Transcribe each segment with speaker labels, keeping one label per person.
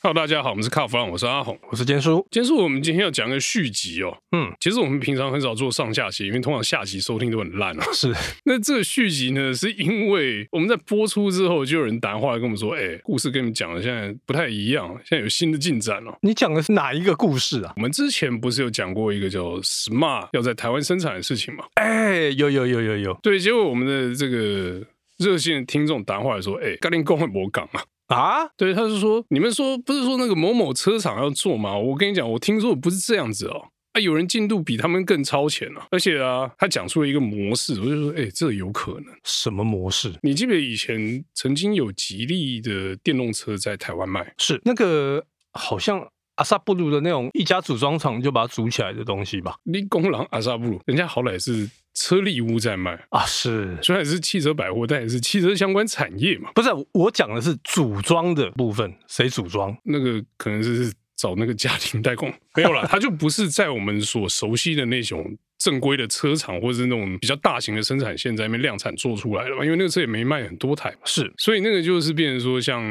Speaker 1: Hello，大家好，我们是卡弗朗，我是阿红。
Speaker 2: 我是坚叔，
Speaker 1: 今天是我们今天要讲个续集哦。
Speaker 2: 嗯，
Speaker 1: 其实我们平常很少做上下集，因为通常下集收听都很烂啊。
Speaker 2: 是
Speaker 1: 那这个续集呢，是因为我们在播出之后，就有人打电话来跟我们说，哎、故事跟你们讲的现在不太一样，现在有新的进展哦。
Speaker 2: 你讲的是哪一个故事啊？
Speaker 1: 我们之前不是有讲过一个叫 Smart 要在台湾生产的事情吗？
Speaker 2: 哎，有有有有有
Speaker 1: 对，结果我们的这个热心的听众打电话来说，哎、咖喱公会博港啊。
Speaker 2: 啊，
Speaker 1: 对，他是说你们说不是说那个某某车厂要做吗？我跟你讲，我听说不是这样子哦。啊，有人进度比他们更超前啊！而且啊，他讲出了一个模式，我就说，哎、这有可能。
Speaker 2: 什么模式？
Speaker 1: 你记不记得以前曾经有吉利的电动车在台湾卖？
Speaker 2: 是那个好像阿萨布鲁的那种一家组装厂就把它组起来的东西吧？
Speaker 1: 立功狼阿萨布鲁，人家好歹是车力屋在卖，
Speaker 2: 啊，是
Speaker 1: 虽然是汽车百货，但也是汽车相关产业嘛。
Speaker 2: 不是我讲的是组装的部分？谁组装？
Speaker 1: 那个可能是找那个家庭代工，没有啦，它就不是在我们所熟悉的那种正规的车厂或者是那种比较大型的生产线在那边量产做出来了嘛，因为那个车也没卖很多台嘛。
Speaker 2: 是
Speaker 1: 所以那个就是变成说，像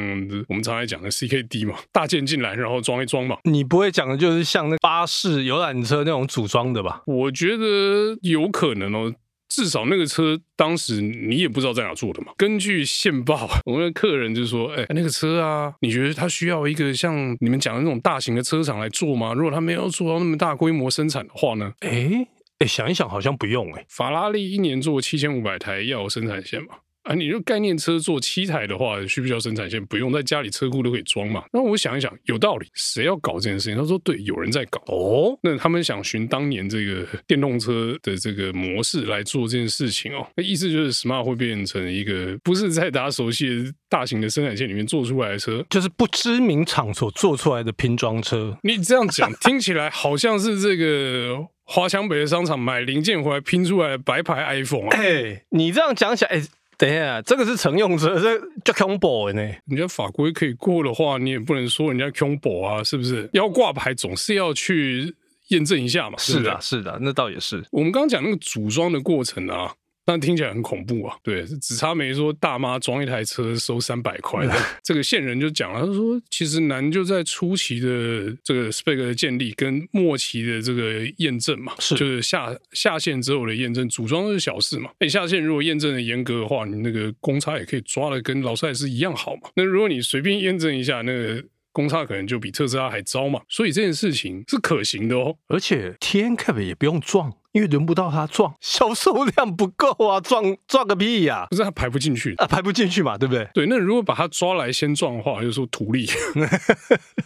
Speaker 1: 我们常来讲的 CKD 嘛，大件进来然后装一装嘛。
Speaker 2: 你不会讲的就是像那巴士、游览车那种组装的吧？
Speaker 1: 我觉得有可能哦，至少那个车当时你也不知道在哪做的嘛。根据线报，啊我们的客人就说：“哎，那个车啊，你觉得它需要一个像你们讲的那种大型的车厂来做吗？如果他们要做到那么大规模生产的话呢？
Speaker 2: 哎哎，想一想好像不用哎。
Speaker 1: 法拉利一年做七千五百台要有生产线嘛。”啊，你就概念车做七台的话，需不需要生产线？不用，在家里车库都可以装嘛。那我想一想，有道理，谁要搞这件事情？他说对，有人在搞。
Speaker 2: 哦，
Speaker 1: 那他们想寻当年这个电动车的这个模式来做这件事情哦，那意思就是 smart 会变成一个不是在大家熟悉的大型的生产线里面做出来的车。
Speaker 2: 就是不知名厂所做出来的拼装车。
Speaker 1: 你这样讲听起来好像是这个华强北的商场买零件回来拼出来的白牌 iPhone 啊，
Speaker 2: 哎， 你这样讲起来，哎，等一下，这个是乘用车，这叫 combo 呢？
Speaker 1: 人家法规可以过的话，你也不能说人家 combo 啊，是不是？要挂牌总是要去验证一下嘛，对
Speaker 2: 是
Speaker 1: 不对
Speaker 2: 的，是的，那倒也是。
Speaker 1: 我们刚刚讲那个组装的过程啊，但听起来很恐怖啊。对，只差没说大妈装一台车收三百块的。这个线人就讲了，他说其实难就在初期的这个 spec 的建立跟末期的这个验证嘛，
Speaker 2: 是
Speaker 1: 就是下下线之后的验证，组装是小事嘛。哎，下线如果验证的严格的话，你那个公差也可以抓的跟劳斯莱斯一样好嘛。那如果你随便验证一下那个。公差可能就比特斯拉还糟嘛，所以这件事情是可行的哦。
Speaker 2: 而且 T N Cap 也不用撞，因为轮不到他撞， 销售量不够啊，撞撞个屁呀、
Speaker 1: 不是它排不进去，
Speaker 2: 啊！排不进去嘛，对不对？
Speaker 1: 对，那如果把他抓来先撞的话，就是说图利。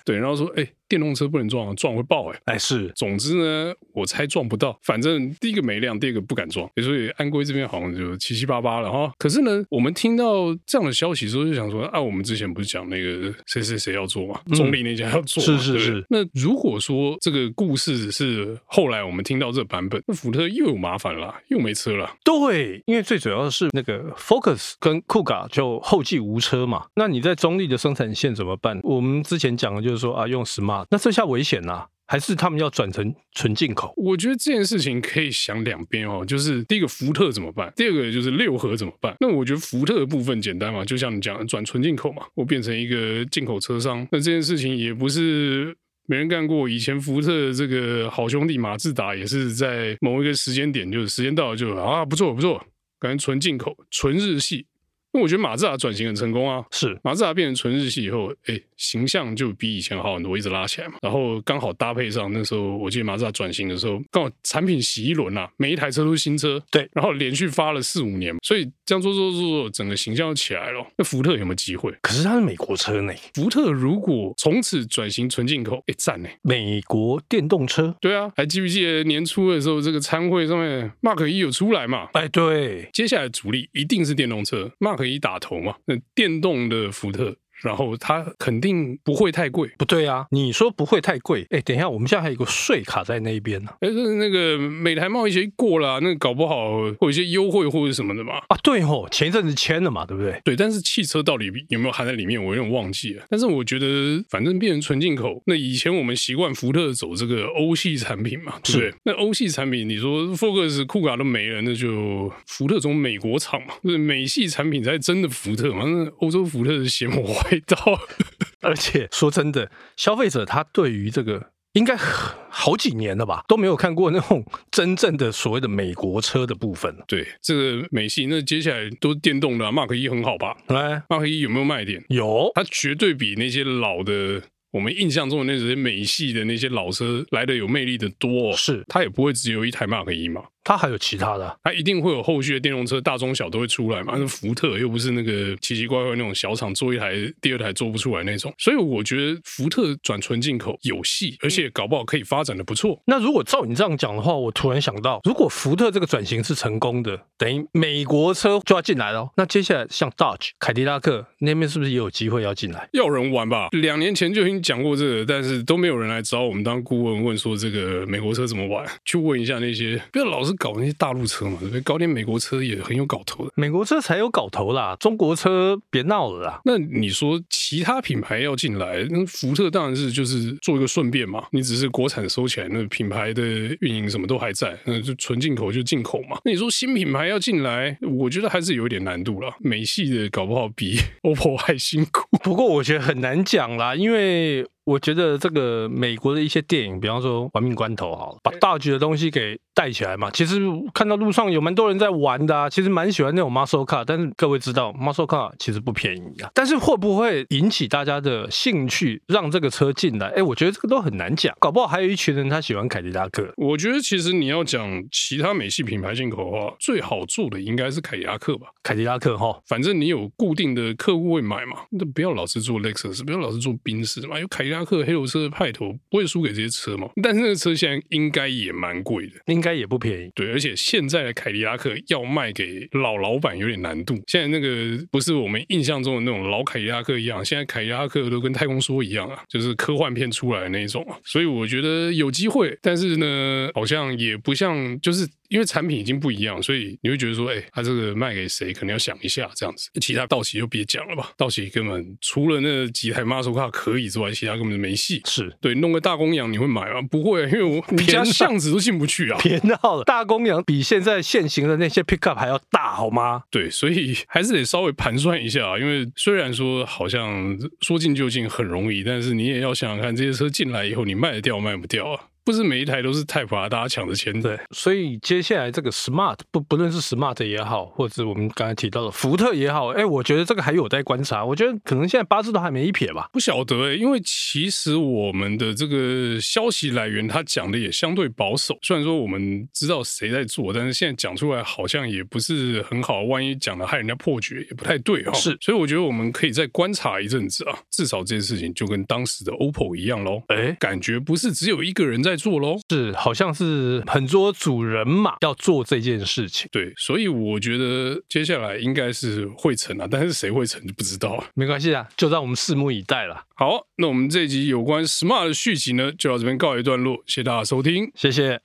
Speaker 1: 对，然后说，哎、电动车不能撞啊，撞会爆哎、
Speaker 2: 哎，是
Speaker 1: 总之呢，我猜撞不到，反正第一个没亮，第二个不敢撞，所以安徽这边好像就七七八八了哈。可是呢，我们听到这样的消息之后，就想说，啊，我们之前不是讲那个谁谁谁要做嘛，
Speaker 2: 嗯
Speaker 1: 中立那家要做嘛，
Speaker 2: 是是
Speaker 1: 对不对
Speaker 2: 是。
Speaker 1: 那如果说这个故事是后来我们听到这个版本，那福特又有麻烦啦，又没车啦。
Speaker 2: 对，因为最主要是那个 Focus 跟 Kuga 就后继无车嘛，那你在中立的生产线怎么办？我们之前讲的就是说啊，用 Smart，那这下危险啦、啊还是他们要转成纯进口？
Speaker 1: 我觉得这件事情可以想两边哦，就是第一个福特怎么办，第二个就是六合怎么办。那我觉得福特的部分简单嘛，就像你讲的转纯进口嘛，我变成一个进口车商，那这件事情也不是。没人干过。以前福特的这个好兄弟马自达也是在某一个时间点，就是时间到了就啊不错不错，感觉纯进口纯日系。那我觉得马自达转型很成功啊，
Speaker 2: 是
Speaker 1: 马自达变成纯日系以后，哎，形象就比以前好很多，一直拉起来嘛。然后刚好搭配上那时候，我记得马自达转型的时候，刚好产品洗一轮啊，每一台车都是新车，
Speaker 2: 对
Speaker 1: 然后连续发了四五年嘛，所以这样做做做做，整个形象就起来了。那福特有没有机会？
Speaker 2: 可是它是美国车呢，
Speaker 1: 福特如果从此转型纯进口，哎，赞呢！
Speaker 2: 美国电动车。
Speaker 1: 对啊，还记不记得年初的时候，这个参会上面 Mark 一有出来嘛？
Speaker 2: 哎，对，
Speaker 1: 接下来主力一定是电动车，Mark 一打头嘛，那电动的福特。然后它肯定不会太贵，
Speaker 2: 不对啊，你说不会太贵？哎，等一下，我们现在还有一个税卡在那一边呢、
Speaker 1: 但是那个美台贸易协议过了啊、那搞不好会有一些优惠或者什么的嘛。
Speaker 2: 啊，对吼，前一阵子签了嘛，对不对？
Speaker 1: 对，但是汽车到底有没有含在里面，我有点忘记了。但是我觉得，反正变成纯进口，那以前我们习惯福特走这个欧系产品嘛，对不对？那欧系产品，你说 Focus、酷卡都没了，那就福特从美国厂嘛，就是美系产品才真的福特嘛。那欧洲福特是邪魔化味道。
Speaker 2: 而且说真的，消费者他对于这个应该很好几年了吧，都没有看过那种 真正的所谓的美国车的部分。
Speaker 1: 对，这个美系，那接下来都是电动的、啊、，Mark 一很好吧
Speaker 2: 哎，
Speaker 1: ？Mark 一有没有卖点？
Speaker 2: 有哦
Speaker 1: 它绝对比那些老的。我们印象中的那些美系的那些老车来的有魅力的多、哦，
Speaker 2: 是
Speaker 1: 它也不会只有一台 Mark 一嘛，
Speaker 2: 它还有其他的啊，
Speaker 1: 它一定会有后续的电动车，大中小都会出来嘛。那福特又不是那个奇奇怪怪那种小厂做一台，第二台做不出来那种，所以我觉得福特转纯进口有戏，而且搞不好可以发展的不错。
Speaker 2: 那如果照你这样讲的话，我突然想到，如果福特这个转型是成功的，等于美国车就要进来了。那接下来像 Dodge、凯迪拉克那边是不是也有机会要进来？
Speaker 1: 要人玩吧？两年前就已经讲过这个，但是都没有人来找我们当顾问，问说这个美国车怎么玩，去问一下那些，不要老是搞那些大陆车嘛，对不对？搞点美国车也很有搞头的。
Speaker 2: 美国车才有搞头啦，中国车别闹了啦。
Speaker 1: 那你说其他品牌要进来，那福特当然是就是做一个顺便嘛，你只是国产收起来，那品牌的运营什么都还在，那就纯进口就进口嘛。那你说新品牌要进来，我觉得还是有一点难度了。美系的搞不好比 OPPO 还辛苦。
Speaker 2: 不过我觉得很难讲啦，因为我觉得这个美国的一些电影，比方说《玩命关头》好了，把大局的东西给带起来嘛。其实看到路上有蛮多人在玩的啊，其实蛮喜欢那种 muscle car，但是各位知道 muscle car 其实不便宜啊。但是会不会引起大家的兴趣，让这个车进来？哎，我觉得这个都很难讲，搞不好还有一群人他喜欢凯迪拉克。
Speaker 1: 我觉得其实你要讲其他美系品牌进口的话，最好做的应该是凯迪拉克吧。
Speaker 2: 凯迪拉克哈，
Speaker 1: 反正你有固定的客户会买嘛，那不要老是做 Lexus，不要老是做宾士嘛，有凯迪拉克、黑头车的派头不会输给这些车嘛。但是那个车现在应该也蛮贵的，
Speaker 2: 应该也不便宜。
Speaker 1: 对，而且现在的凯迪拉克要卖给老老板有点难度。现在那个不是我们印象中的那种老凯迪拉克一样，现在凯迪拉克都跟太空梭一样啊，就是科幻片出来的那一种啊。所以我觉得有机会，但是呢，好像也不像，就是因为产品已经不一样，所以你会觉得说，哎、他这个卖给谁，可能要想一下这样子。其他道奇就别讲了吧，道奇根本除了那几台 muscle car 可以之外，其他根本就没戏。
Speaker 2: 是
Speaker 1: 对，弄个大公羊你会买吗？不会，啊因为我你
Speaker 2: 天
Speaker 1: 家
Speaker 2: 哪
Speaker 1: 巷子都进不去啊。
Speaker 2: 别闹了，大公羊比现在现行的那些 pickup 还要大好吗？
Speaker 1: 对，所以 还是得稍微盘算一下啊，因为虽然说好像说进就进很容易，但是你也要想想看，这些车进来以后你卖得掉卖不掉啊？不是每一台都是 Type R，大家抢着签的。
Speaker 2: 对，所以接下来这个 smart 不不论是 smart 也好，或者是我们刚才提到的福特也好，哎，我觉得这个还有待观察。我觉得可能现在八字都还没一撇吧。
Speaker 1: 不晓得、欸，因为其实我们的这个消息来源，他讲的也相对保守。虽然说我们知道谁在做，但是现在讲出来好像也不是很好，万一讲了害人家破局也不太对哦。
Speaker 2: 是
Speaker 1: 所以我觉得我们可以再观察一阵子啊，至少这件事情就跟当时的 OPPO 一样喽。
Speaker 2: 哎，
Speaker 1: 感觉不是只有一个人在做喽。
Speaker 2: 是好像是很多组人马要做这件事情，
Speaker 1: 对，所以我觉得接下来应该是会成啊，但是谁会成就不知道了。
Speaker 2: 没关系啊，就让我们拭目以待啦。
Speaker 1: 好，那我们这集有关 Smart 的续集呢，就到这边告一段落，谢谢大家收听。
Speaker 2: 谢谢。